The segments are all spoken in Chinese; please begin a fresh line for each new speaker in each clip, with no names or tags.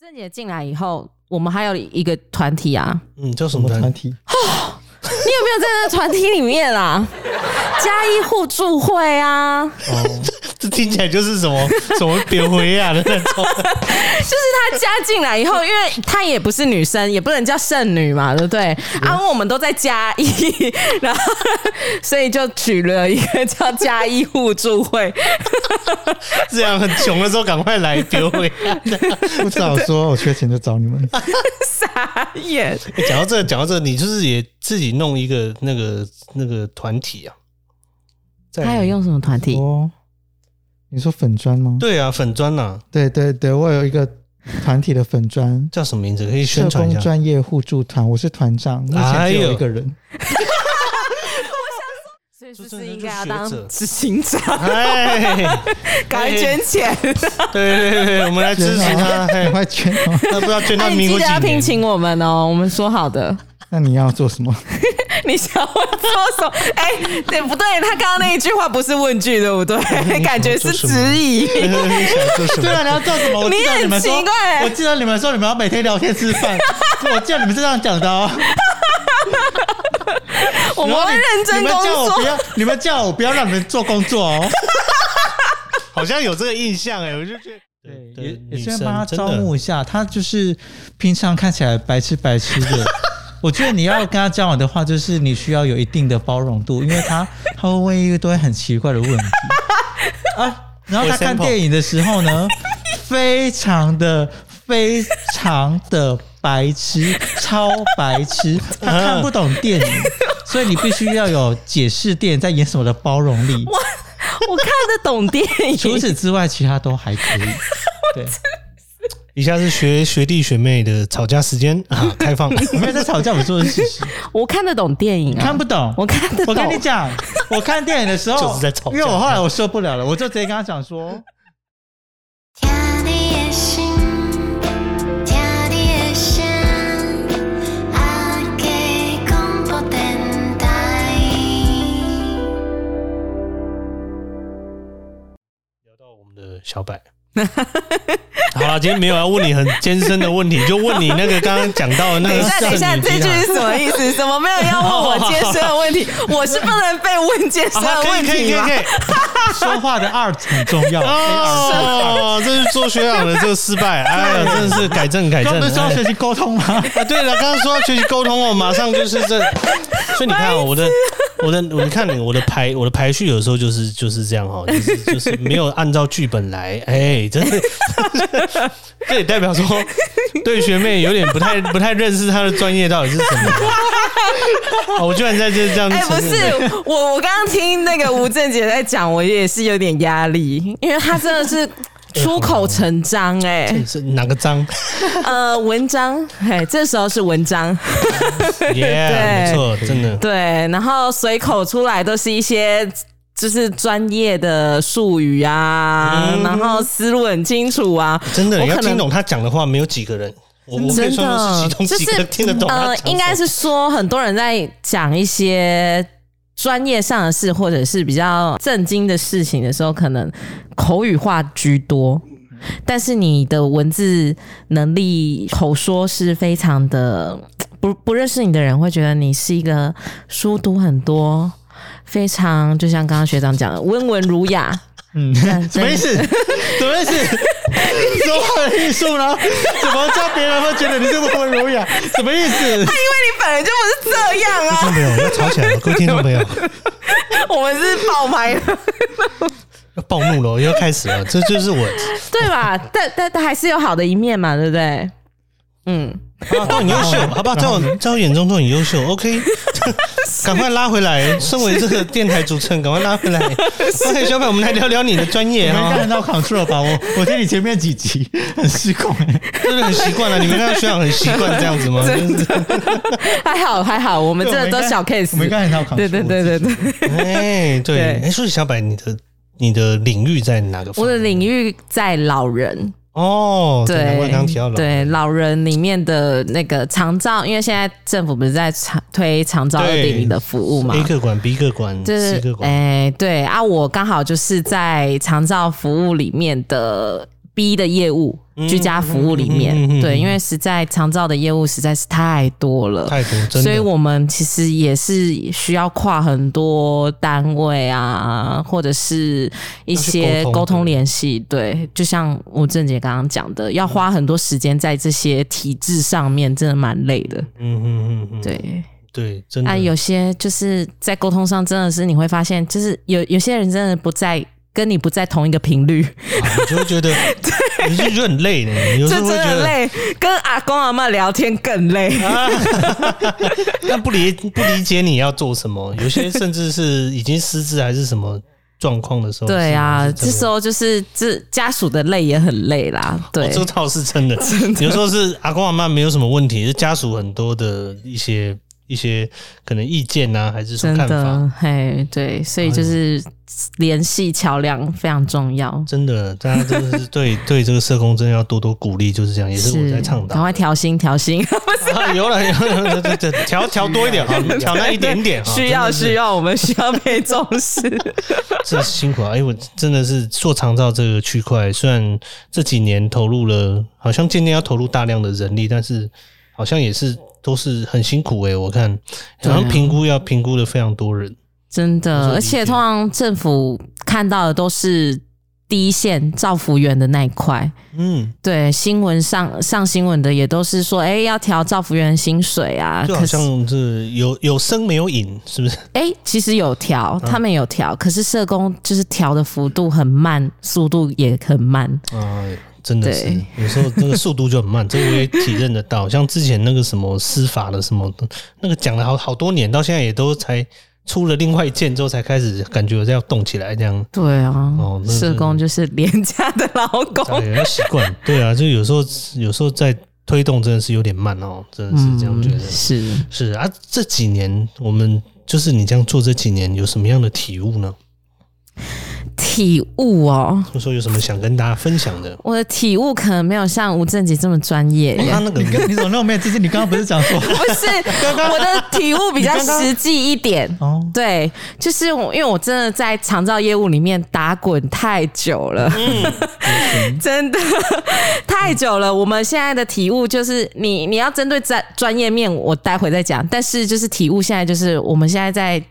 郑姐进来以后，我们还有一个团体啊，
嗯，叫什
什么
么
团
团？
体？
你有没有在那团体里面啊？加一互助会啊，
哦 这听起来就是什么什么别回亚的那种。
就是她加进来以后，因为她也不是女生，也不能叫剩女嘛，对不对？啊，我们都在加一， 然后所以就取了一个叫加一互助 会。
这样很穷的时候赶快来别回亚的。
不早说，我缺钱就找你 们。
傻眼，
欸讲到这个，讲到这个，你就是也自己弄一个那个那个团体啊？在
她有？用什么团体？
哦，你说粉砖吗？
对啊，粉砖呐、，
对对对，我有一个团体的粉砖
叫什么名字？可以宣
社
传一
工
下。
专业互助团，我是团长，目前只有一个人。
所以是
就
不
真
是
的
应
就
该要
学者
当执行长，
哎，
赶快捐 钱？
对对对对，我们来 支持
捐
他。
啊
嘿
赶快捐哦！
那不知道捐
那
到
你
民
哎记
国
得
几
要聘
年？
请我们哦，我们说好的。
那你要做什么？
你想我说什么？哎、对不对？他刚刚那一句话不是问句，对不对？感觉是质疑。
你想做什
对
么？
啊，你要做什么？我
你
记得你们说，
很奇怪
我记得你们说你们要每天聊天吃 饭，我记得你们是这样讲的哦。
我们
然后
会
你
认真
你
工
们叫我 不
作。
要，你们叫我不要让你们做工作哦。
好像有这个印象哎、我就觉得。对
也也
女
是要
生
帮他
真的
招募一下，他就是平常看起来白痴白痴 的。我觉得你要跟他交往的话，就是你需要有一定的包容度，因为他他会问一个堆很奇怪的问 题啊。然后他看电影的时 候呢，非常的非常的白痴，超 白痴，他看不懂电影，所以你必须要有解释电影在演什么的包容 力。
我看得懂电
除
影，
此之外，其他都还可以。 对。
以下是学学弟学妹的吵架时间啊，开放。
我没有在吵架，我说的是事实。
我看得懂电影
你
啊，
看不懂，
我看得
我
懂。
跟你 讲，我看电影的时候
就是在吵架
因为我后来我受不了了，我就直接跟他讲 说，
跳你的心，听你的声，阿给广播电台。
聊到我们的小白。好了，今天没有要问你很艰深的问题，就问你那个刚刚讲到的那
等
个
一下，等一下，
剩女
这
皮
句
塔
是什么意思？怎么没有要问我健身的问题？我是不能被问健身
啊，
的
可
问
以可以
题
可以
吗
可？以。
说话的 art 很重 要。哎
哎哦，这是做学长的这个失败，哎呀，真的是改正改
刚
正。
刚不是说要
哎
学习沟 通吗？
啊，对了，刚刚说要学习沟通哦，马上就是 这。所以你看啊，我的我的，我你看你我的排我的排序有时候就是就是这样哦，就是就是没有按照剧本来，哎，真的， 这也代表说对学妹有点不太不太认识她的专业到底是 什么。哦、我居然在这这样
哎、不
承认了，
是我，我刚刚听那个吴正杰在讲，我也是有点压力，因为他真的是出口成章、哎、
是哪个 章？
呃，文章，嘿，这时候是文章，
耶、
对
没错，真的。
对，然后随口出来都是一些就是专业的术语啊，
嗯
然后思路很清楚啊，
真的，
我
你要
可能
听懂他讲的话，没有几个人，我我可以
真
算说
的
是其中
就
几个
是
人听得懂他
呃
讲什，么。
应该是说很多人在讲一些。专业上的事，或者是比较震惊的事情的时候，可能口语化居多，但是你的文字能力、口说是非常的不不认识你的人会觉得你是一个书读很多，非常就像刚刚学长讲的温文儒雅，
嗯，什么意思？什么意思？说话的艺术呢？怎么叫别人会觉得你是温文儒雅？什么意思？
你本来就不是这样啊
听！众朋友要吵起来了，各位听众朋友
我们是爆牌的，
要暴怒了，又要开始了，这就是我。
对吧？但但但还是有好的一面嘛，对不对？嗯，
啊，都很优秀，好吧，在我在我眼中都很优秀。OK，赶快拉回来，身为这个电台主持人，赶快拉回来。OK，小北，我们来聊聊你的专业
你们
哈
看得，到 control 吧？我我听你前面几集很失控、欸，
对不对？很习惯了，你们看到学长很习惯这样子吗？就是
还好还好，我们这个都小 case。
我们刚才到 control，
对对对对对，
哎，对，
对
哎，说起小北，你的你的领域在哪个方面？
我的领域在老人，
哦，对，
对
难怪刚刚提到老人
对老人里面的那个长照，因为现在政府不是在长推长照二
对
点零的服务嘛哎
A，个馆，B 个馆
就
，C
是
个馆，
哎、对啊，我刚好就是在长照服务里面的 B 的业务，
嗯
居家服务里面，
嗯嗯嗯嗯嗯
对，因为实在长照的业务实在是太多了，
太多，真的。
所以我们其实也是需要跨很多单位啊，或者是一
要去沟
些
通的
沟通联系。对，就像吴正杰刚刚讲的，要花很多时间在这些体制上面，真的蛮累的。
嗯嗯嗯嗯，
对，
对，真的。
啊，有些就是在沟通上，真的是你会发现，就是有有些人真的不在跟你不在同一个频率，
啊你就会 觉得，你就觉得很累呢，你有
这
时
真
候会觉
的
得，
累，跟阿公阿嬷聊天更累。
但啊不理不理解你要做什么，有些甚至是已经失智还是什么状况的时候，
对啊，这时
候。
候就是这家属的累也很累啦。对，
哦这倒是真的。有时候是阿公阿妈没有什么问题，是家属很多的一些一些可能意见啊，还是说
真
看法。哎
的，嘿，对，所以就是联系桥梁非常重要。
真的，大家真的是对对这个社工真的要多多鼓励，就是这样，也是我在倡
赶
导。
快调薪，调薪，
啊 有了有了，有了 对对调调多一点啊，调那一点点啊，
需要
真的是
需要，我们需要被重 视。
这辛苦啊！哎，我真的是做长照这个区块，虽然这几年投入了，好像渐渐要投入大量的人力，但是好像也是都是很辛苦诶、哎我看好
啊
像评估要评估的非常多人，
真的，
我
而
理解
且通常政府看到的都是第一线造福员的那一块。
嗯，
对，新闻上上新闻的也都是说，哎、要调造福员薪水啊。
就
可
好
是，
像是有有声没有影，是不是？
哎、其实有调，
嗯
他们有调，可是社工就是调的幅度很慢，速度也很慢。
啊，真的是
对
有时候那个速度就很 慢，这个我也体认得到。像之前那个什么司法的什么，那个讲了好好多年，到现在也都才出了另外一件之后，才开始感觉要动起来这样。
对啊，
哦那
社
是
工就是廉价的劳工。
对，哦要习惯。对啊，就有时候有时候在推动真的是有点慢哦，真的是这样觉得。
嗯、是
是啊，这几年我们就是你这样做这几年有什么样的体悟呢？
体悟哦。
或者说有什么想跟大家分享的？
我的体悟可能没有像吴正杰这么专业
哦
耶
他，那个
你刚你怎么那么没有自信？你刚刚不是 讲说
不是我的体悟比较实际一点。
哦？
对，就是我，因为我真的在长照业务里面打滚太久了， 真的太久了。我们现在的体悟就是你，你要针对专专业面，我待会再讲。但是就是体悟，现在就是我们现在在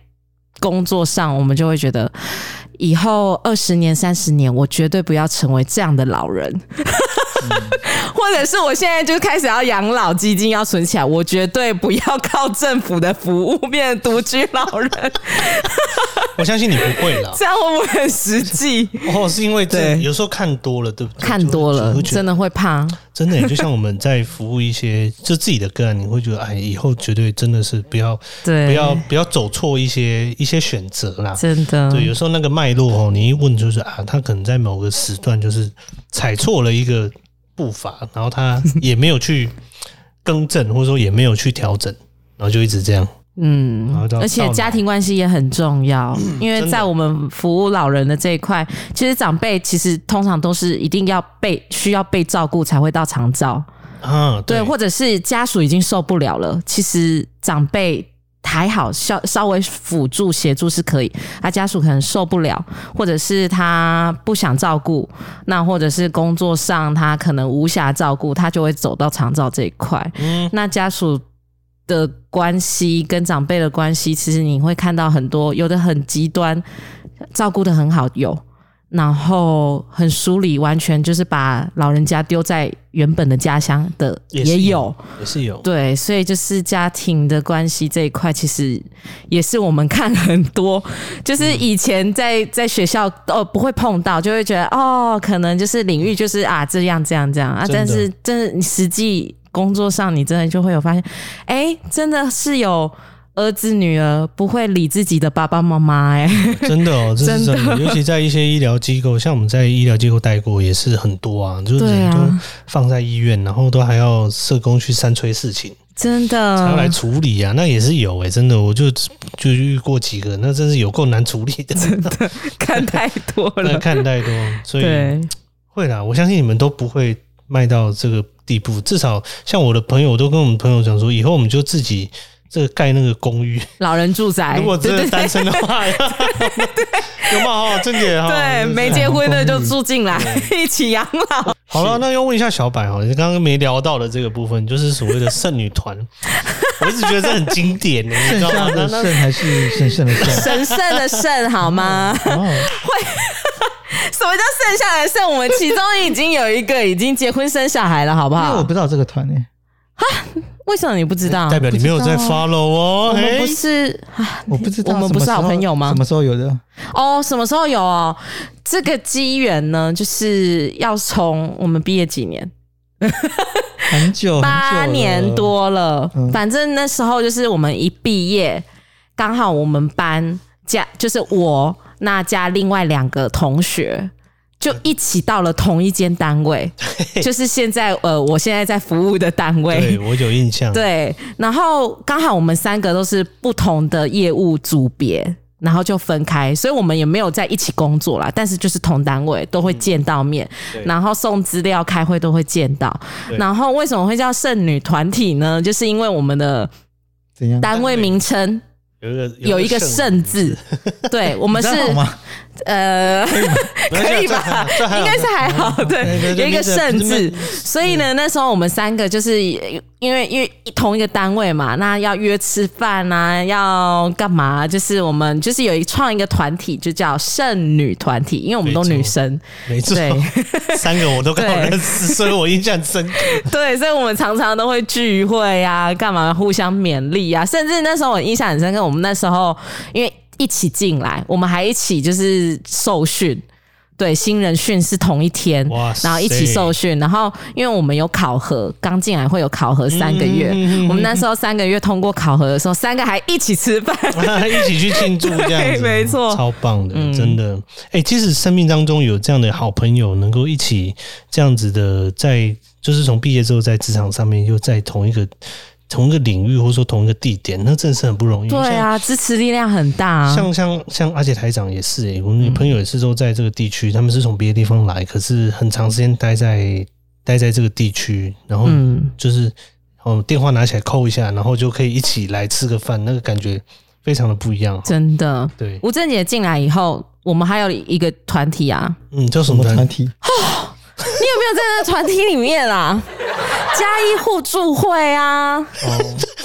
工作上，我们就会觉得。以后二十年、三十年，我绝对不要成为这样的老人，或者是我现在就开始要养老基金要存起来，我绝对不要靠政府的服务变成独居老人。
我相信你不会 啦。
这样会不会很实际？
哦，是因为这
对
有时候看多了，对不对？
看多了，真
的
的会怕。
真的耶，就像我们在服务一些就自己的个案，你会觉得哎，以后绝对真的是不要
对，
不要不要走错一些一些选择啦。
真的。
对，有时候那个脉络哦，你一问就是啊，他可能在某个时段就是踩错了一个步伐，然后他也没有去更正，或者说也没有去调整，然后就一直这样。然后
嗯
到，
而且
到
家
老
庭关系也很重要，因为
真的
在我们服务老人的这一块，其实长辈其实通常都是一定要被需要被照顾才会到长照，
啊，
对，或者是家属已经受不了了，其实长辈。还好，稍稍微辅助协助是可以，他家属可能受不了，或者是他不想照顾，那或者是工作上他可能无暇照顾，他就会走到长照这一块。
嗯
那家属的关系跟长辈的关系，其实你会看到很多，有的很极端，照顾的很好有，然后很疏离，完全就是把老人家丢在原本的家乡的
是
也有。
也是有，
对，所以就是家庭的关系这一块，其实也是我们看很多， 就是以前在在学校哦不会碰到，就会觉得哦，可能就是领域就是啊这样这样这样啊，
真的
但是真的你实际工作上，你真的就会有发现，哎、真的是有。儿子女儿不会理自己的爸爸妈妈、哎，
真的哦，这是真的，尤其在一些医疗机构，像我们在医疗机构待过也是很多啊，就是
对啊
人都放在医院，然后都还要社工去三催四请，
真
还要来
的，
处理啊，那也是有诶、真的，我就就遇过几个，那真是有够难处理的，
看太多
那
了，
看太多，所以
对，
会啦，我相信你们都不会卖到这个地步，至少像我的朋友，我都跟我们朋友讲说，以后我们就自己。这个盖那个公寓，
老人住宅，
如果真
哎对对
的单身的话， 有嘛哈，郑姐哈，
对，
就是
没结婚的就住进来 一起养老，
好了，那要问一下小白哦，你刚刚没聊到的这个部分，就是所谓的剩女 团，我一直觉得这很经典的，你
剩
知道
下
吗？那
的
那
剩还是神圣 的剩？
神圣的圣好吗？
哦，
什么叫剩下的剩？我们其中已经有一个已经结婚生小孩了，好不
因为我
好
不？知道这个团哎诶，
为什么啊你不知道
代？表你没有在 follow 哦，
我们
哎
不是啊
我不知 道
我们不是
什么时候
好朋友吗
什么时候有的？
哦，什么时候有哦？这个机缘呢，就是要从我们毕业几年，
很久，很久
八
了
年。多了。
嗯
反正那时候就是我们一毕业，刚好我们班加就是我那加另外两个同学。就一起到了同一间单位，就是现在呃，我现在在服务的单位。
对我有印象，
对，然后刚好我们三个都是不同的业务组别，然后就分开，所以我们也没有在一起工作啦，但是就是同单位都会见到面，
对
然后送资料、开会都会见到。
对
然后为什么会叫剩女团体呢？就是因为我们的
怎样？
单位名称
有一个
有一个“剩”，字，对我们是
你知道好吗？
呃。
没关系
可以吧？
这 还
应该是还好，对，
对对
有一个
那个
甚
那
至，
个
所以呢，那时候我们三个就是因为因为同一个单位嘛，那要约吃饭啊，要干嘛？就是我们就是有一创一个团体，就叫剩女团体，因为我们都女生，
没错
对，
三个我都刚好认识，所以我印象深刻。
对，所以我们常常都会聚会啊，干嘛互相勉励啊，甚至那时候我印象很深刻，我们那时候因为一起进来，我们还一起就是受训。对，新人训是同一天
哇，塞
然后一起受训，然后因为我们有考核，刚进来会有考核三个月，
嗯
我们那时候三个月通过考核的时候，三个还一起吃 饭，
嗯一起去庆祝这 样
对
子，
没错
超棒的，
嗯
真的。哎、即使生命当中有这样的好朋友，能够一起这样子的在，就是从毕业之后在职场上面又在同一个同一个领域或者说同一个地点，那真的是很不容易。
对啊，支持力量很大、啊，
像。像像像阿姐台长也是哎、我女
嗯
朋友也是都在这个地区，他们是从别的地方来，可是很长时间待在待在这个地区，然后
嗯，
就是哦电话拿起来扣一下，然后就可以一起来吃个饭，那个感觉非常的不一样。
真的。
对，
吴正姐进来以后，我们还有一个团体啊，
嗯，叫什
什么
么团
团 体？
你有没有在那个团体里面啊？加一互助会啊，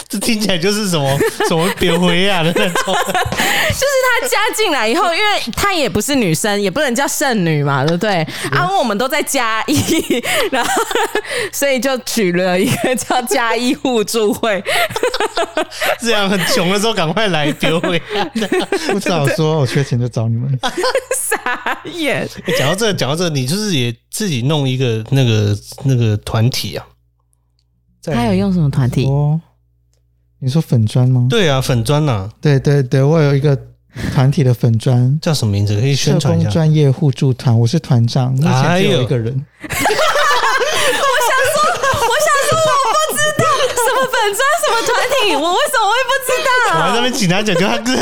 这听起来就是什么 什么别回呀的那种。
她加进来以 后，因为她也不是女生，也不能叫剩女嘛，对不对？啊，我们都在加一， 然后所以就取了一个叫加一互助会。
这样很穷的时候赶快来别回 呀。
不早说，我缺钱就找你们。
傻眼，
欸讲到这，讲到这，你就是也自己弄一个那个那个团体啊。在
她有用什么团体？
哦，你说粉砖吗？
对啊，粉砖呐，
对对对，我有一个团体的粉砖，
叫什么名字？可以宣
社
传
工
一下。
专业互助团，我是团长，目前只
哎
有
呦
一个人。
我想说，我不知道什么粉砖什么团体，我为什么会不知
我
道？
还在那边请他讲，就他跟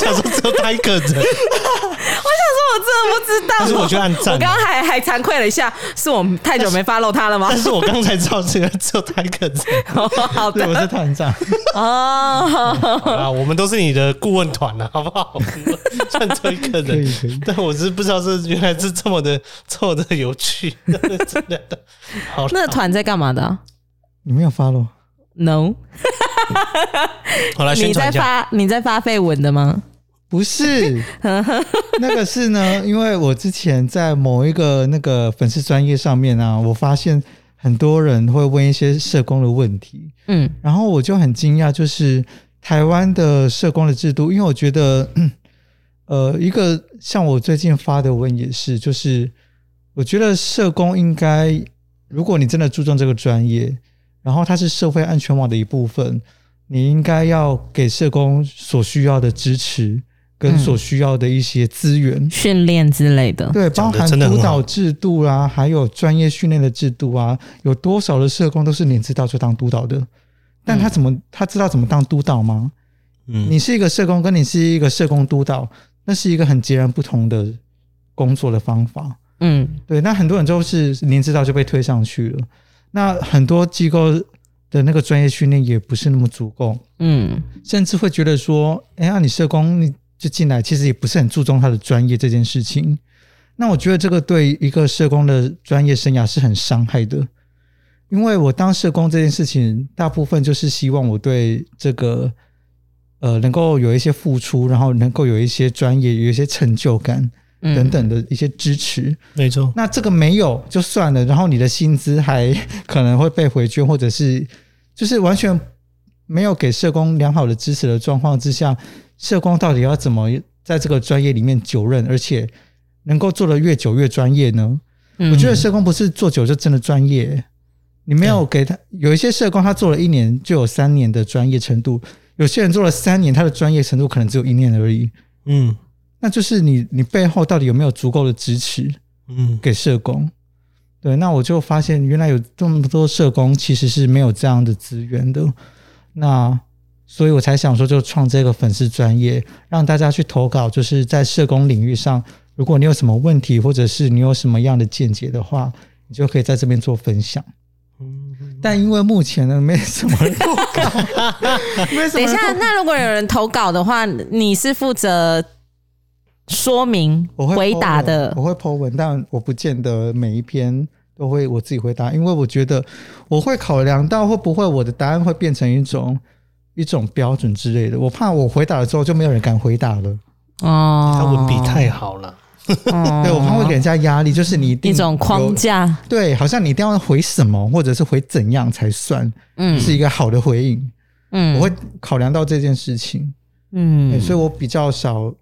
讲说只有他一个人，
我真的不知道。
但是我觉得很赞啊
我刚刚还还惭愧了一下，是我们太久没 follow 他了吗
但？是我刚才知道这个只有他一个人。
哦好
对，我
的
是团长。
哦，
好啦，我们都是你的顾问团了，好不 好？算只有一个
可
人
以，可以
但我是不知道这原来是这么的这么的有趣， 真的。好了，
那团在干嘛的啊
你没有 follow？
？No，
好来宣
你
传
在
一下。
发你在发绯闻的吗？
不 是，那个是呢，因为我之前在某一个那个粉丝专业上面啊，我发现很多人会问一些社工的问题，
嗯
然后我就很惊讶，就是台湾的社工的制度，因为我觉得，嗯呃，一个像我最近发的文也是，就是我觉得社工应该，如果你真的注重这个专业，然后它是社会安全网的一部分，你应该要给社工所需要的支持跟
嗯
所需要的一些资源。
训练之类的。
对，包
讲得
含
真的很
督
好
导制度啊，还有专业训练的制度啊，有多少的社工都是年知道就当督导的？但他怎么、他知道怎么当督导吗？
嗯
你是一个社工，跟你是一个社工督导，那是一个很截然不同的工作的方法。
嗯
对，那很多人都是年知道就被推上去了，那很多机构的那个专业训练也不是那么足够，
嗯
甚至会觉得说，哎呀，你社工你就进来，其实也不是很注重他的专业这件事情。那我觉得这个对一个社工的专业生涯是很伤害的，因为我当社工这件事情，大部分就是希望我对这个呃能够有一些付出，然后能够有一些专业、有一些成就感
嗯
等等的一些支持。
没错，
那这个没有就算了，然后你的薪资还可能会被回捐，或者是就是完全没有给社工良好的支持的状况之下，社工到底要怎么在这个专业里面久任，而且能够做得越久越专业呢？
嗯
我觉得社工不是做久就真的专业，你没有给他有一些社工他做了一年就有三年的专业程度，有些人做了三年，他的专业程度可能只有一年而已。
嗯
那就是你你背后到底有没有足够的支持？
嗯，
给社工。对，那我就发现原来有这么多社工其实是没有这样的资源的。那所以我才想说，就创这个粉丝专业，让大家去投稿，就是在社工领域上，如果你有什么问题，或者是你有什么样的见解的话，你就可以在这边做分享。
嗯
但因为目前呢，没什么人投稿，没什
等
么
一
人投
下，那如果有人投稿的话，你是负责说明
我会 po
回答的
文我会 Po 文，但我不见得每一篇都会我自己回答，因为我觉得我会考量到会不会我的答案会变成一种一种标准之类的，我怕我回答了之后就没有人敢回答了，
哦。
他文笔太好了，
哦
对我怕会给人家压力，就是你一定
一种框
有，
架，
对，好像你一定要回什么，或者是回怎样才算
嗯
是一个好的回应，
嗯，
我会考量到这件事情。
嗯
对，所以我比较少，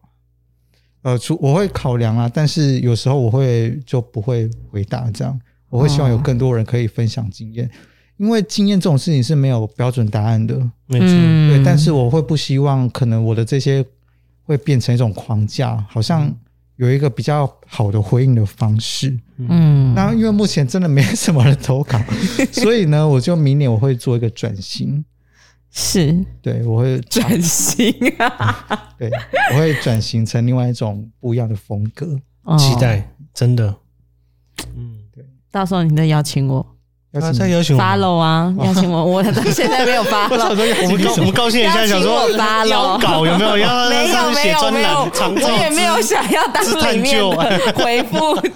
呃，除我会考量啊，但是有时候我会就不会回答这样，我会希望
哦
有更多人可以分享经验，因为经验这种事情是没有标准答案的，
没错，
嗯
对，但是我会不希望可能我的这些会变成一种框架，好像有一个比较好的回应的方式。
嗯
那因为目前真的没什么人投稿，所以呢，我就明年我会做一个转型，
是
对我会
转型啊，
对我会转型成另外一种不一样的风格。
哦
期待真的，嗯，
到时候你再邀请我
他在
嗯
邀请我们，
follow 啊，邀请我，我到现在没有 follow，
我们高我们高兴一下，想
邀
说
请我吧
邀稿有没有？要让
没有没
他上去写
有
专
没有，
栏，长照
我也没有想要当里面的 回复的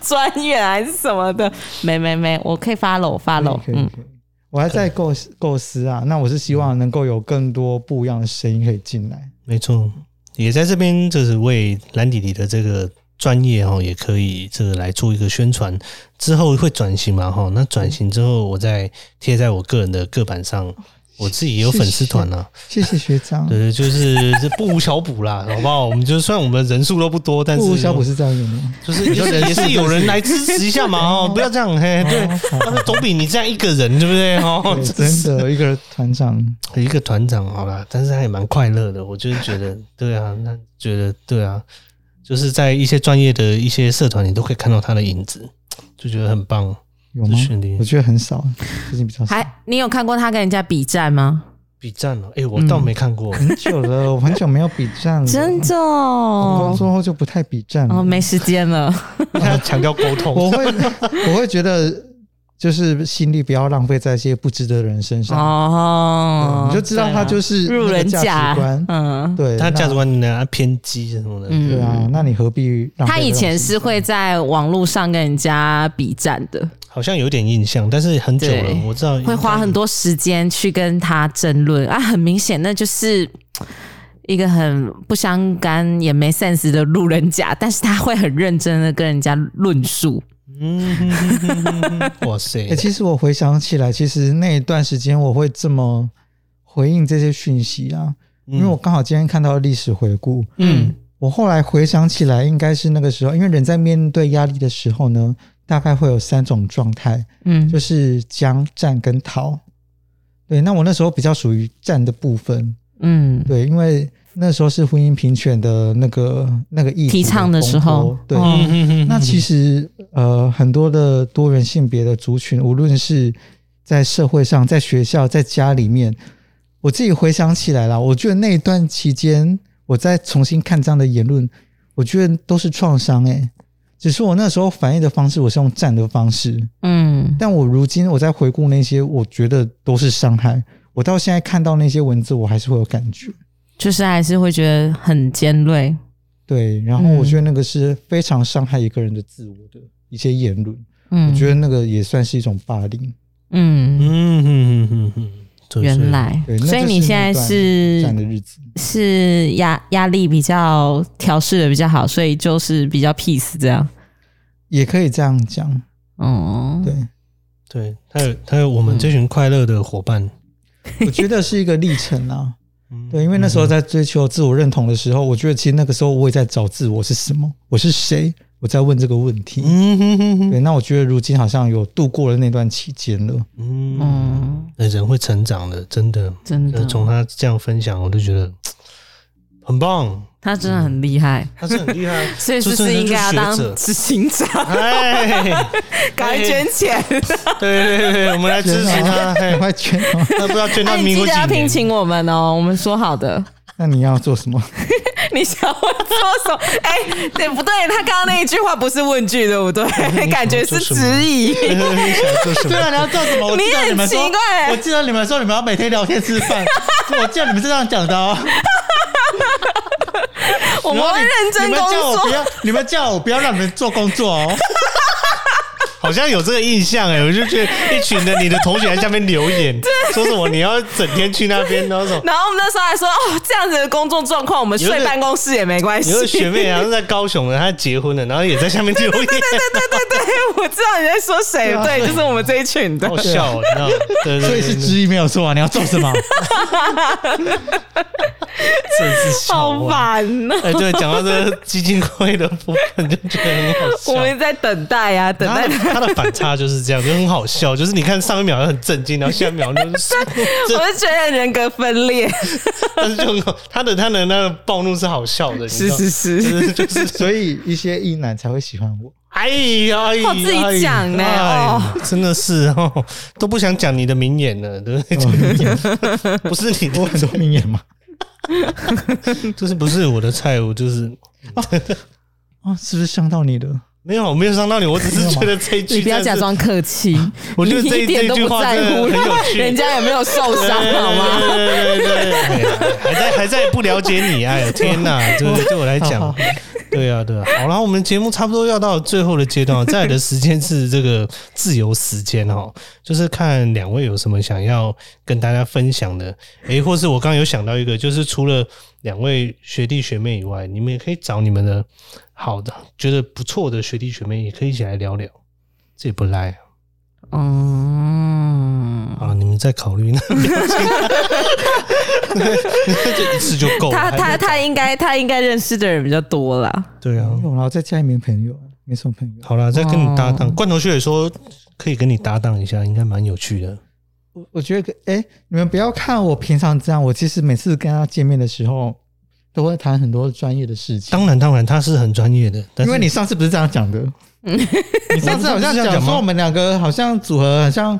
专员还是什么的，没没没，我可以 follow
可
follow，
以可以
嗯，
可以，我还在构思构思啊。那我是希望能够有更多不一样的声音可以进来。
没错，也在这边就是为蓝弟弟的这个专业哦，也可以这个来做一个宣传。之后会转型嘛哈，那转型之后，我再贴在我个人的个板上。我自己也有粉丝团啊，
哦谢谢学长，
对对，就是这不无小补啦，好不好？我们就算我们人数都不多，但是
不如小补是这样用吗？
就是就是也是有人来支持一下嘛 哦，不要这样嘿， 对，
哦
但是总比你这样一个人，对不对哦
对？
真
真的一个团长，
一个团长好啦，但是他也蛮快乐的，我就是觉得，对啊，那觉得对啊，就是在一些专业的一些社团，你都可以看到他的影子，就觉得很棒。
有吗
是训练？
我觉得很少，最近比较少。
还你有看过他跟人家比战吗？
比赞哦，哎、我倒没看过，
很久了，我很久没有比战了。
真的
工
哦，
作后就不太比战
哦
了。
没时间了，
他强调沟通，
我会， 我会觉得就是心力不要浪费在一些不值得的人身上。
哦
对，你就知道他
对
就
啊
是
入
那个
人
价
家
值观，
嗯，
对
他价值
那
观呢偏激什么的，
嗯
对啊，那你何必浪费这种时间？
他以前是会在网络上跟人家比战的，
好像有点印象，但是很久了
对，
我知道
会花很多时间去跟他争论啊，很明显那就是。一个很不相干也没 sense 的路人甲，但是他会很认真的跟人家论述，
嗯，哼哼哼哼哼哇塞
哎、，其实我回想起来，其实那一段时间我会这么回应这些讯息啊，因为我刚好今天看到历史回顾，
嗯，
我后来回想起来，应该是那个时候，因为人在面对压力的时候呢，大概会有三种状态，
嗯
就是僵、战跟逃。对，那我那时候比较属于战的部分，
嗯，
对，因为那时候是婚姻平权的那个那个议题
提倡的
风
时候
波对，
哦
嗯哼哼
那其实呃，很多的多元性别的族群，无论是在社会上、在学校、在家里面，我自己回想起来啦，我觉得那一段期间，我再重新看这样的言论，我觉得都是创伤诶。只是我那时候反应的方式，我是用战的方式，
嗯
但我如今我在回顾那些，我觉得都是伤害。我到现在看到那些文字，我还是会有感觉。
就是还是会觉得很尖锐，
对，然
嗯
后我觉得那个是非常伤害一个人的自我的一些言论，
嗯，
我觉得那个也算是一种霸凌。
嗯，
嗯哼哼哼哼，对
原。来
对，，那
所以
就是
你现在
那段
是
这样的日子，
是压压力比较调试的比较好，所以就是比较 peace 这样。
也可以这样讲。
哦，
对，
对他有他有我们这群快乐的伙伴，
我觉得是一个历 程啊。
嗯
对，因为那时候在追求自我认同的时候，我觉得其实那个时候我也在找自我是什么，我是谁，我在问这个问题。
嗯哼哼哼，
对，那我觉得如今好像有度过了那段期间了。
嗯，
嗯，
那人会成长的，真的。
真的
呃，从他这样分享，我就觉得很棒，
他真的很厉害，
他是很厉害啊
，所以是不
就是
应该要
就
当
是学者
执行长，
哎，
赶快捐钱？
对对对对，我们来支持他。
赶
嘿
嗯
快捐哦！
那不知道捐到
哎，你
民
记
国
得
几
要聘
年？
请我们哦，我们说好的。
那你要做什么？
你想我做什么？哎、对不对？他刚刚那一句话不是问句，对不对？
哎
感觉是质疑。
你想做什
对
么？
啊，你要做什么？我
你
记得
很
你们说
奇怪，
我记得你们说你们要每天聊天吃饭， 我记得你们是这样讲的哦。
我们会认真
你们
工
叫我不
作。
要，你们叫我不要让你们做工作哦。
好像有这个印象哎，我就觉得一群的你的同学在下面 留言，说什么你要整天去那边，然后什么。
然后我们那时候还说，哦，这样子的工作状况，我们
有一
睡
个
办公室也没关系。
有个学妹好像在高雄的，她结婚了，然后也在下面留 言，
对，啊我知道你在说 谁，对，就是我们这一群的
好。笑哦，你知道吗？对对对，
所以是质疑没有错啊，你要做什么？
真是笑
好
啊。
烦呐、
哎，对，讲到这个基金会的部分，就觉得很好笑。
我们在等待啊，等
他
待
的。他的反差就是这样，就很好笑。就是你看上一秒很震惊，然后下一秒就是，
我就觉得人格分裂，
但是就很好他的他的那个暴怒是好笑的，你知
是
道
是是，
就是就是，
所以一些异男才会喜欢我。
哎呀，哎呀
靠自己讲呢哦，
哎呀真的是哦，都不想讲你的名言了，对不对？
哦
不是你
我很多名言嘛。
的，就是不是我的菜，我就是
哦
啊，是不是伤到你了？
没有没有伤到你，我只是觉得这一句，
你不要假，装客气，
我觉得
你
这
一点
这
都
句
不
话
在
真的
乎
很有 趣，
人家有没有受伤，好吗？
对对对对对，还在还在不了解你，哎呦天哪！对对，对我来
好
讲
好，
对啊对啊。好了，我们节目差不多要到最后的阶段，再来的时间是这个自由时间哦，就是看两位有什么想要跟大家分享的，诶，或是我刚刚有想到一个，就是除了两位学弟学妹以外，你们也可以找你们的好的觉得不错的学弟学妹，也可以一起来聊聊，这也不赖啊。
嗯，
啊，你们再考虑 那这一次就够了。
他他
还
他应该他应该认识的人比较多啦。
对啊
没，有啦，我在家里没朋友，啊没什么朋友。
好啦，再跟你搭档。
哦
罐头蟹也说可以跟你搭档一下，应该蛮有趣的。
我我觉得，哎、你们不要看我平常这样，我其实每次跟他见面的时候，都会谈很多专业的事情。
当然，当然，他是很专业的，但是
因为 你上次不是这样讲的，你上次
我
好像
不是这样
讲
讲吗
说我们两个好像组合，好像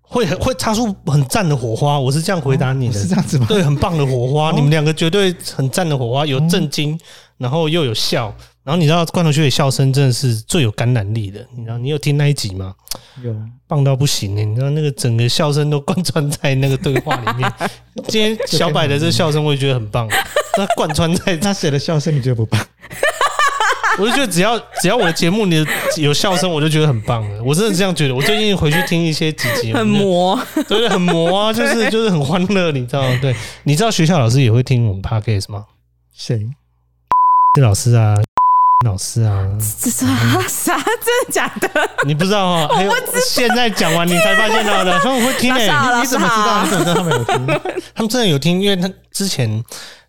会会擦出很赞的火花。我是这样回答你的，
哦是这样哦子吗？
对，很棒的火花，你们两个绝对很赞的火
哦
花，有震惊，然后又有笑。然后你知道罐头蟹的笑声真的是最有感染力的，你知道你有听那一集吗？
有，
棒到不行呢、欸你知道那个整个笑声都贯穿在那个对话里面。今天小柏的这笑声，我也觉得很棒，那贯穿在，
那谁的笑声你觉得不棒？
我就觉得只要只要我的节目里有笑声，我就觉得很棒了。我真的这样觉得。我最近回去听一些几集，
很魔，
对对，很魔啊，就是就是很欢乐，你知道吗？对，你知道学校老师也会听我们 podcast 吗？
谁？
老师啊，老师啊，
这是啊啥？真的假 的？
你不知道 哦？还有现在讲完你才发现到 的，他们会听欸
老师
诶、
好，老
你
师
怎么知道？
好
你，怎么知道他们有听？
他们真的有听，因为他之前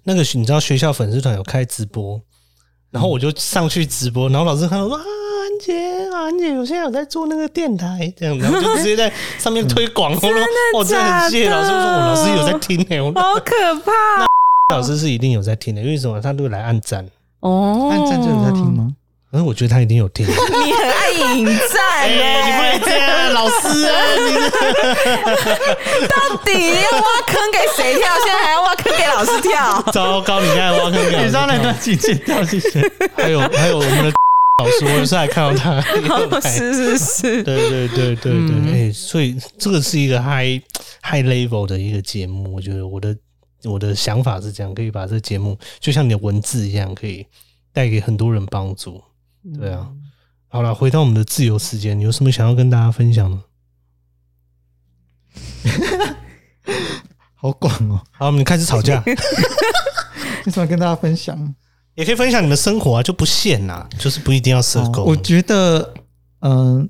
那个你知道学校粉丝团有开直播，然后我就上去直播，然后老师看到说啊，安姐啊，安姐，我现在有在做那个电台这样，然后就直接在上面推广。我说我 真的很谢谢
假的
老师，我说我哦老师有在听诶、我说
好可怕
老师是一定有在听的、因为什么？他都来暗赞，
哦！
按赞就有在听？吗？
可是我觉得他一定有听。
你很爱引战 欸
哎、你不
呢，
能这样，老师啊，你
到底要挖坑给谁 跳？现在还要挖坑给老师跳？
糟糕，你现在挖坑给我
你知道那段情节掉是谁？
还有还有我们的老师，我有时候还看到他也有来。
哦是是是，
对对对对对，哎、所以这个是一个 high high level 的一个节目，我觉得我的我的想法是这样，可以把这节目就像你的文字一样，可以带给很多人帮助。对啊，好了，回到我们的自由时间，你有什么想要跟大家分享的？
好广哦，
好，我们开始吵架，
为什么跟大家分享？
也可以分享你们生活啊，就不限啦，就是不一定要社
哦
工。
我觉得，嗯、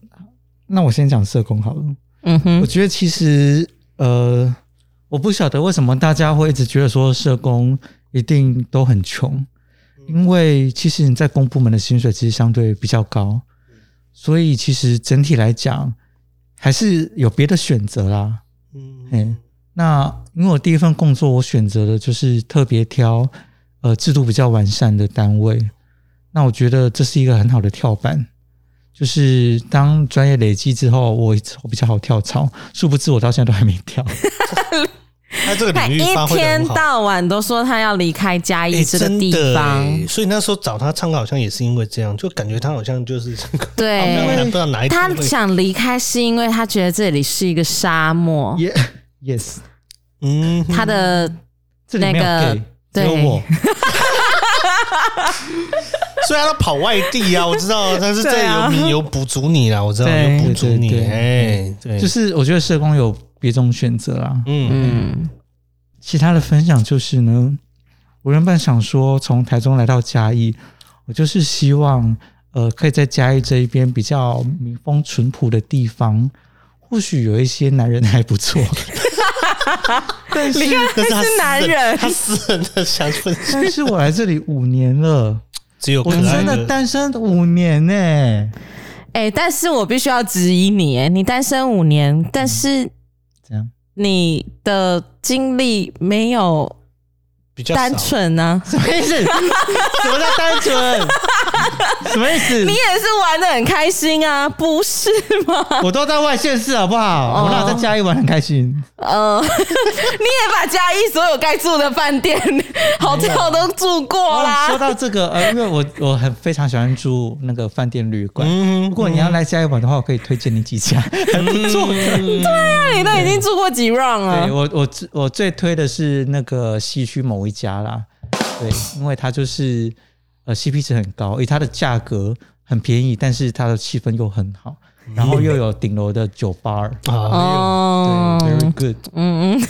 那我先讲社工好了。
嗯
我
哼，
觉得其实，呃，我不晓得为什么大家会一直觉得说社工一定都很穷，因为其实你在公部门的薪水其实相对比较高，所以其实整体来讲还是有别的选择啦。
嗯
嗯，那因为我第一份工作，我选择的就是特别挑呃制度比较完善的单位。那我觉得这是一个很好的跳板，就是当专业累积之后，我我比较好跳槽。殊不知我到现在都还没跳，
他这个
他
领域
一
发挥的
天
很好。
到晚都说他要离开嘉
哎
义这个
真
地
的
方，
哎所以那时候找他唱歌好像也是因为这样，就感觉他好像就是好
哎
对。
像不知道哪一天
他
会
想离开是因为他觉得这里是一个沙漠，
耶、yes，
嗯哼，
他的
这里没
那
有
个
gay，
对
只有我。
虽然他跑外地啊，我知 道，但是这
对啊
有你有补足你啦，我知道
对
有补足你，
对对嗯
哎，对，
就是我觉得社工有别种选择啦。
嗯
嗯
其他的分享就是呢，我原本想说从台中来到嘉义，我就是希望呃可以在嘉义这一边比较民风淳朴的地方，或许有一些男人还不错。但是，
但是他
是
私
男
人
人
他私人的想分享
但是我来这里五年了，
只有可
我
爱
真的单身五年呢、
哎、但是我必须要质疑你，哎，你单身五年，但是
这样
你的经历没有
比较
单
少。
纯啊呢、
什么意思？什么叫单 纯？ 什么意思
你？也是玩的很开心啊，不是吗？
我都在外县市好不好？我那在嘉义玩很开心。
呃，你也把嘉义所有该住的饭店、hotel 都住过
哦说
啦。
到这个，呃，因为我我很非常喜欢住那个饭店旅馆。
嗯
如果你要来嘉义玩的话，我可以推荐你几家，还不错的。
那你都已经住过几 round
对
了？
我我最我最推的是那个西区某一家啦，对，因为它就是呃 CP 值很高，因为它的价格很便宜，但是它的气氛又很好，
嗯
然后又有顶楼的酒吧，
啊，
对
哦，
，very good。
嗯嗯，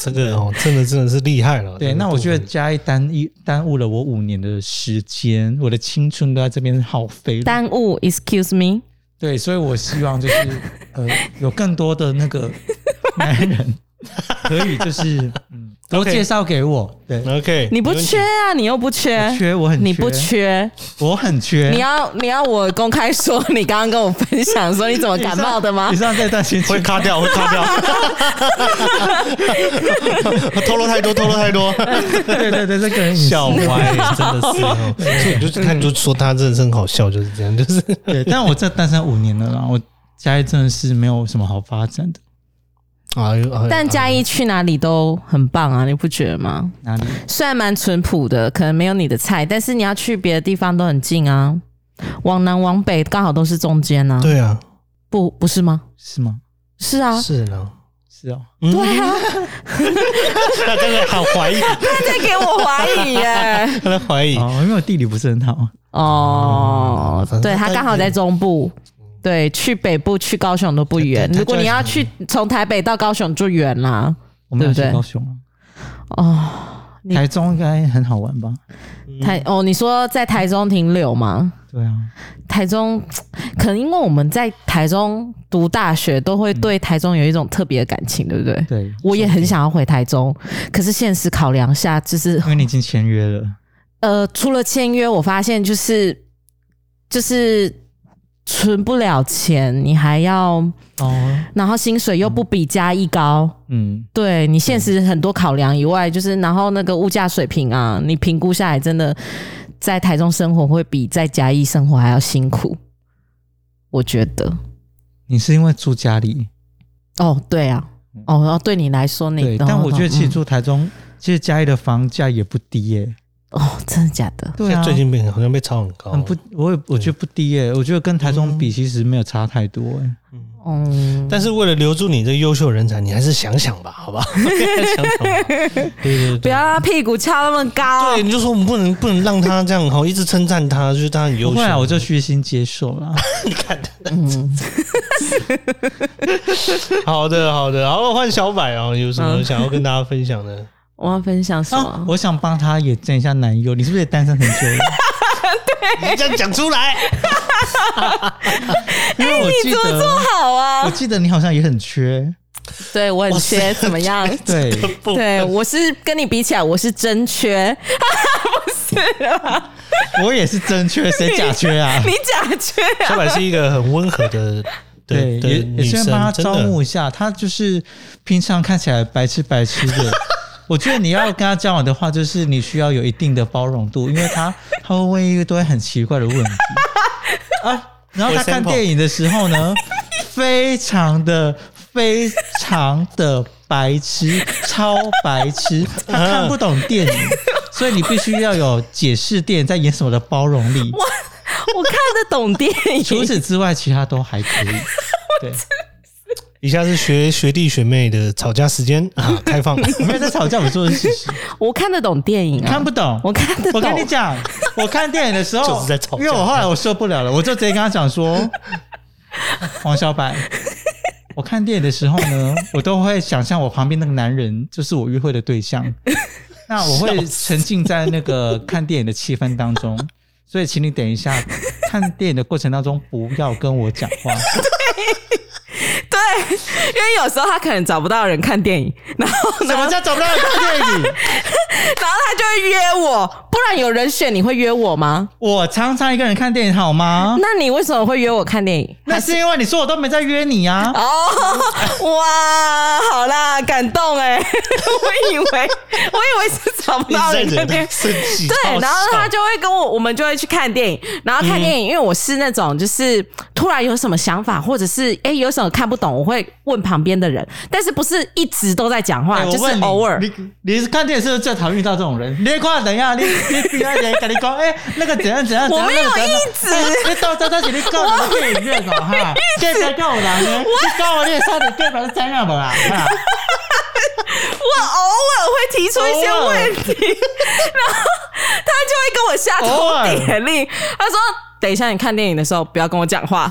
这个哦，真的真的是厉害了。
对，
这个
那我
部
觉得
分
嘉义耽一耽误了我五年的时间，我的青春都在这边耗费了。
耽误，excuse me。
对，所以我希望就是呃，有更多的那个男人 可以就是嗯，多
OK
介绍给我。对，
OK，
你不
没问题
缺啊，你又不缺，
我缺我很缺哎
你不缺，
我很缺。
你要你要我公开说你刚刚跟我分享说你怎么 感冒的 吗
以？上这段心
会
情，
卡掉，会卡掉， 透露太多，透露太多。
对对对，这个人隐私
笑歪，真的是哦，所以你就是看，就说他真的是很好笑，就是这样，就是
对，但我这单身五年了啦，我家里真的是没有什么好发展的。
啊。哎
但嘉义去哪里都很棒啊，你不觉得吗？
哪里？
虽然蛮淳朴的，可能没有你的菜，但是你要去别的地方都很近啊，往南往北刚好都是中间啊，
对啊，
不不是吗？
是吗？
是啊，
是呢，
是哦，
对啊，
他真的好怀疑，
他在给我怀疑耶。
他在怀疑。
哦，因为我地理不是很好。啊
哦
啊反正，
对他
他
刚好在中部，对，去北部去高雄都不远。
对
如果你要去从台北到高雄就远啦。
我们要去
对不对
高雄啊，
哦，你
台中应该很好玩吧？
嗯
台哦，你说在台中停留吗？
对啊，
台中可能因为我们在台中读大学，都
嗯
会对台中有一种特别的感情，对不对？
对，
我也很想要回台中，可是现实考量下，就是
因为你已经签约了，
呃，除了签约，我发现就是就是存不了钱，你还要，
哦，
然后薪水又不比嘉义高，
嗯。
对你现实很多考量以外，就是然后那个物价水平啊，你评估下来，真的在台中生活会比在嘉义生活还要辛苦，我觉得。
你是因为住家里，
哦，对啊，哦，然后对你来说，
嗯对，
你
但我觉得其实
嗯
住台中，其实嘉义的房价也不低耶、
哦，真的假的？
对啊，
最近被好像被炒很高，嗯
很不，我也我觉得不低耶、我觉得跟台中比，其实没有差太多耶、
嗯，
但是为了留住你这个优秀人才，你还是想想吧， 好吧？想想吧，对对
不
对。
要让他屁股翘那么高。啊
对，你就说我们不能不能让他这样哈，一直称赞他，就是他很优
不
秀。
会啊，我就虚心接受了。
好的好的，然后换小柏啊，有什么想要跟大家分 享的？
我要分享 什么？
啊，我想帮他也见一下男友，你是不是也单身 很久了？
你这样讲出来，
因为我记
哎你怎么这么
得，
好
我
啊？
记得你好像也很缺，
对我很缺哎怎么 样？
对，
不
对，我是跟你比起来，我是真 缺，不是啦，
我也是真缺，谁假 缺啊？
你假缺啊！
小柏是一个很温和 的
对，
的的
也也
女
是
生，
帮他
真
招
的
募一下。他就是平常看起来白痴白痴 的，我觉得你要跟他交往的话，就是你需要有一定的包容度，因为他他会问一堆很奇怪的问题啊。然后他看
For example
电影的时候呢，非常的非常的白痴，超白痴，他看不懂电影，所以你必须要有解释电影在演什么的包容力。
我看得懂电
除
影，
此之外，其他都还可以。对。
以下是学学弟学妹的吵架时间 啊，开放。
我没有在吵架，我说的是事实。
我看得懂电影啊
看，不懂，
我看得懂
我跟你讲，我看电影的时候
就是在吵架
因为我后来我受不了了，我就直接跟他讲说：“黄小白，我看电影的时候呢，我都会想象我旁边那个男人就是我约会的对象，那我会沉浸在那个看电影的气氛当中。”所以，请你等一下，看电影的过程当中不要跟我讲话。
对，因为有时候他可能找不到人看电影， 然后呢，
什
然
么
后
叫找不到人看电影？
他就会约我，不然有人选你会约我吗？
我常常一个人看电影好吗？
那你为什么会约我看电影？
那是因为你说我都没在约你啊。
哦，哇，好啦，感动哎、 我以为我以为是找不
一
到
直在
人看
惹
电
他
影。
生气，
对，然后他就会跟我，我们就会去看电影，然后看电
嗯
影，因为我是那种就是突然有什么想法，或者是哎、有什么看不懂，我会问旁边的人，但是不是一直都在讲话，
哎
就
我问
是
你
偶尔。
你你是看电视最讨厌遇到这 种人，你快等一下，你你等一下，你跟你讲， 哎、那个怎样怎样怎
我
样，
没
那
有
个怎样
一直
哎你到到到时你告我电影院哦哈，这才告我 人呢，你告我你说你对白是怎样不啦？哈
我偶尔会提出一些问题，然后他就会跟我下头点令。他说：“等一下，你看电影的时候不要跟我讲话，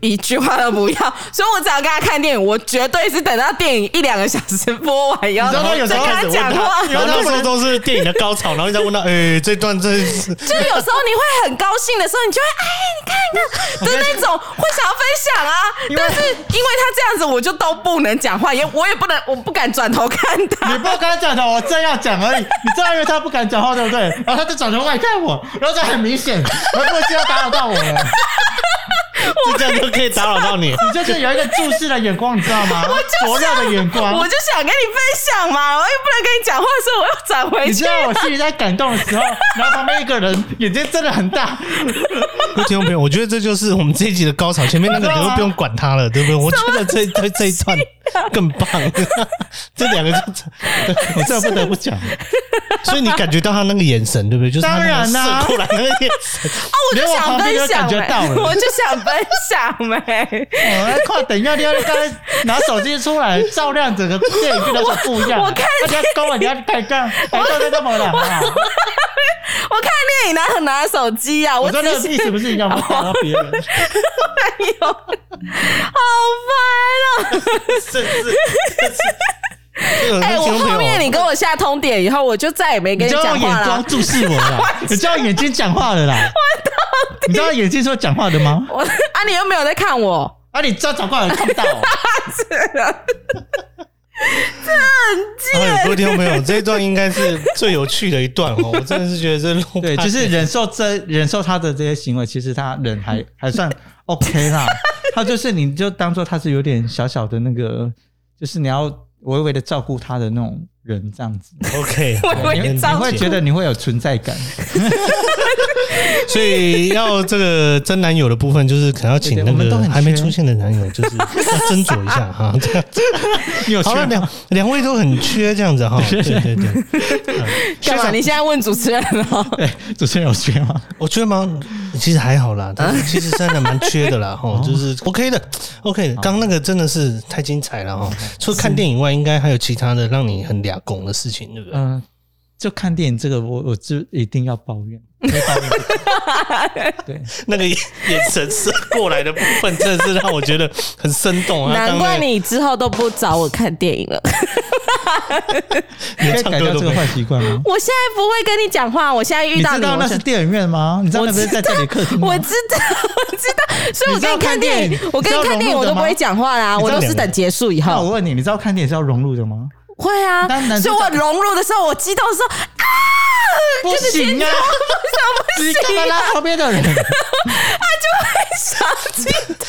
一句话都不要。”所以，我只要跟他看电影，我绝对是等到电影一两个小时播完以后，
你知道他有时
再
候
跟
开
他
始问
讲话
他，。然后那时候都是电影的高潮，然后你再问他，哎，这段真 是
就是有时候你会很高兴的时候，你就会哎，你看你看，就是那种会想要分享啊。但是因为他这样子，我就都不能讲话，也我也不能，我不敢转头看他。
你不要跟他讲的，我正要讲而已，你知道因为他不敢讲话对不对？然后他就转头来看我，然后这很 明显，然后不需要打扰到我了，
就这样就可以打扰到你。
你就是有一个注视的眼光，你知道吗？
就
灼
是啊
热的眼光，
我就想跟你分享嘛，我又不能跟你讲话，所以我要转回
你知
去。
道我心里在感动的时候，然后旁边一个人眼睛真的很大，
各位听众朋友，我觉得这就是我们这一集的高潮，前面那个你就不用管他了， 对不对？我觉得这
啊
这这一段更棒， 这 两个就
我真的不得不讲，
所以你感觉到他那个眼神，对不对？就是他那个
当然啦
射过来那个眼神，
啊，我就想分享、
连我旁边都感觉到
欸，
了
我就想分享欸呗、
我在快等一下，你要刚才拿手机出来照亮整个电影，跟那个不一样。
我我看
你要高了，你要抬杠，抬杠在干嘛啦？啊
我看电影哪有拿手机啊？
我
我
说那
只
个
是
意 思不是一样吗？打到别人，
没有，好烦哦、
甚至。 哎
哎、我后面你跟我下通牒以后，我就再也没跟
你就
讲
用
话
眼
了
光。注视我啦，你就用眼睛讲话了啦。你知道眼睛说讲话的吗？
我 啊，你又没有在看我。
啊，你知道讲话人看不到哦。
哎，各位听众朋友，这一段应该是最有趣的一段哦，我真的是觉得这录
对，就是忍受这忍受他的这些行为，其实他人 还还算 OK 啦。他就是你就当做他是有点小小的那个，就是你要微微的照顾他的那种人这样子，
OK，
我以为
你
你
你
照顾
会觉得你会有存在感。
所以要这个真男友的部分，就是可能要请
对对
那
我们都
个
很缺
还没出现的男友，就是 要斟酌一下哈。这样子，
你有
好了，
缺
两两位都很缺这样子 哈。对对对，
干嘛？你现在问主持人了？
对，主持人有缺 吗？
我缺吗？其实还好啦，但
啊
是其实真的蛮缺的 啦
哦
哈，就是 OK 的，OK 的。刚那个真的是太精彩了
哦
哈。除了看电影外，应该还有其他的让你很俩拱的事情，对不对？
嗯、就看电影这个，我我就一定要抱怨，没抱怨不 行对，
那个眼眼神射过来的部分，真的是让我觉得很生动啊。
难怪
刚刚那
你之后都不找我看电影了。
你
连
可以
唱
改
歌
掉
都
这
没有
个坏习惯 吗？
我现在不会跟你讲话，我现在遇
你
到
知
你，
道
我
那是电影院吗？你知道那不是在这里客厅吗？
我知道，我知道， 所以我跟
你知道
看
看
电
电
影
影，
我跟
你知道
看电影
融入
我
的
都不
吗
会讲话啦，
你知
我
道
都是
两个
等结束以
那我
后
问你，你知道看电影是要融入的吗？
会啊
但。男
所
生
以我
长
融入的时候，我激动 的时候，
不行啊！你
啊
干嘛拉旁边的人？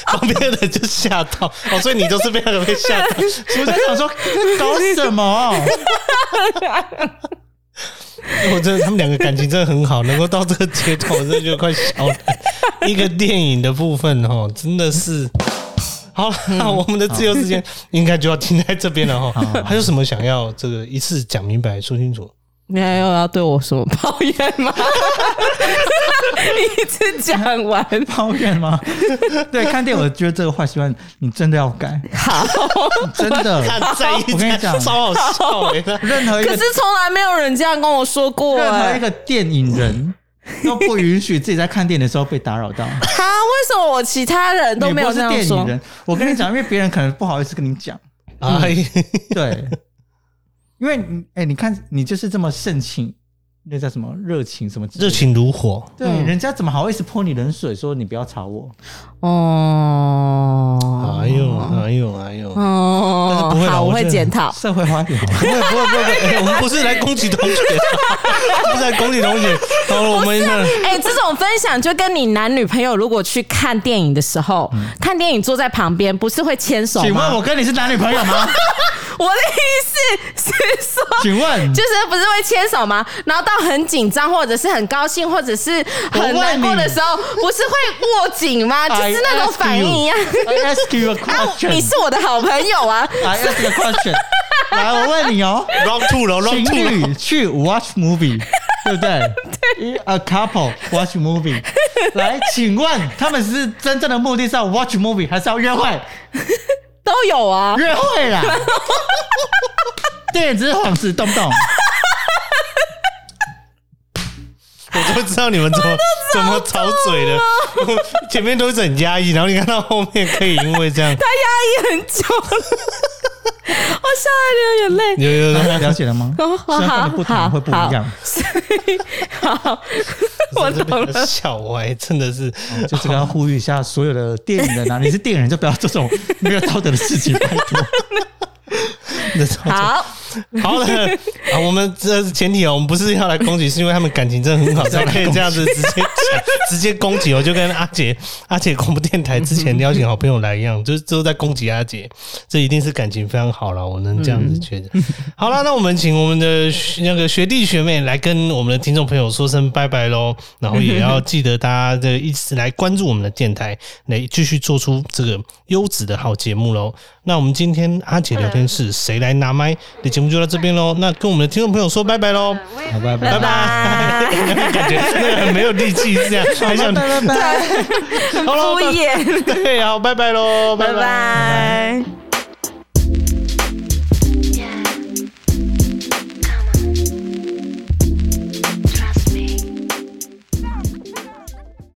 旁边的就吓到哦，所以你就是被那个被吓到。
我在想说搞什 么？
我真的，他们两个感情真的很好，能够到这个阶段，我真的觉得快笑了。一个电影的部分哦，真的是。好了，那我们的自由时间应该就要停在这边了哈。还有什么想要这个一次讲明白、说清楚？
你还有要对我什么抱怨吗？ 一直讲 完，
抱怨吗？对，看电影我觉得这个坏习惯你真的要改，
好。
真的。
看在一
我跟你讲
超好笑欸的、
任何一
可
个
是从来没有人这样跟我说过、
任何
哎
一个电影人都不允许自己在看电影的时候被打扰到，
哈，啊为什么我其他人 都没有
你
这
不是
样
电
说
影？人。我跟你讲，因为别人可能不好意思跟 你讲，
哎，
对，因为你哎、你看你就是这么盛情，那叫什么热情什么之类的
热。情如火，
对，
嗯
人家怎么好意思泼你冷水，说你不要吵我？
哦，
哎呦，哎呦，哎呦。
啊
但
哦
是不会，啦
好，我
我
会
觉得
检讨。
社会化一点好吗
不会不会不会，不会哎我们不是来攻击同学的， 不是来攻击同学。好了，我们那
哎、这种分享就跟你男女朋友如果去看电影的时候，看电影坐在旁边，不是会牵手
嗯请问
吗？
我跟你是男女朋 友吗？
我的意思是说。
请问，
就是不是会牵手吗？然后到很紧张，或者是很高兴，或者是很难过的时候，不是会握紧吗？就是那种反应一样。
I ask you a
啊，
question.
你是我的好朋友啊！
I ask you a question. 来，我问你哦，
round two 了，round
情
two 了。
侣去 watch movie，对不对？A couple watch movie。来，请问他们是真正的目的是要 watch movie，还是要约会？
都有啊，
约会 啦！电影只是幌子，懂不懂？
我就知道你们怎么怎么吵嘴的，前面都是很压抑，然后你看到后面可以因为这样，
他压抑很久了，我笑得流眼泪。
有有有，
了解了吗？
哦，好
身份
好
的不同会不一样，
所以好，我懂了。
小歪真的是，
就这个要呼吁一下所有的电影人啊，你是电影人就不要做这种 没有道德的事情，拜托。
真的超
好，
好了，啊，我们这前提哦，我们不是要来攻击，是因为他们感情真的很好，才可以这样子直接讲直接攻击哦，就跟阿杰阿杰广播电台之前邀请好朋友来一样，就是都在攻击阿杰，这一定是感情非常好了，我能这样子觉得。好了，那我们请我们的学那个学弟学妹来跟我们的听众朋友说声拜拜喽，然后也要记得大家这个一直来关注我们的电台，来继续做出这个优质的好节目喽。那我们今天阿杰聊天室谁来拿麦的节目就到这边喽，那跟我们的听众朋友说拜拜喽，
好，拜拜
拜。拜。感觉那个很没有力气是这 样，还想
拜拜拜。
好
敷
了，
衍，
对，好，拜拜喽，
拜拜。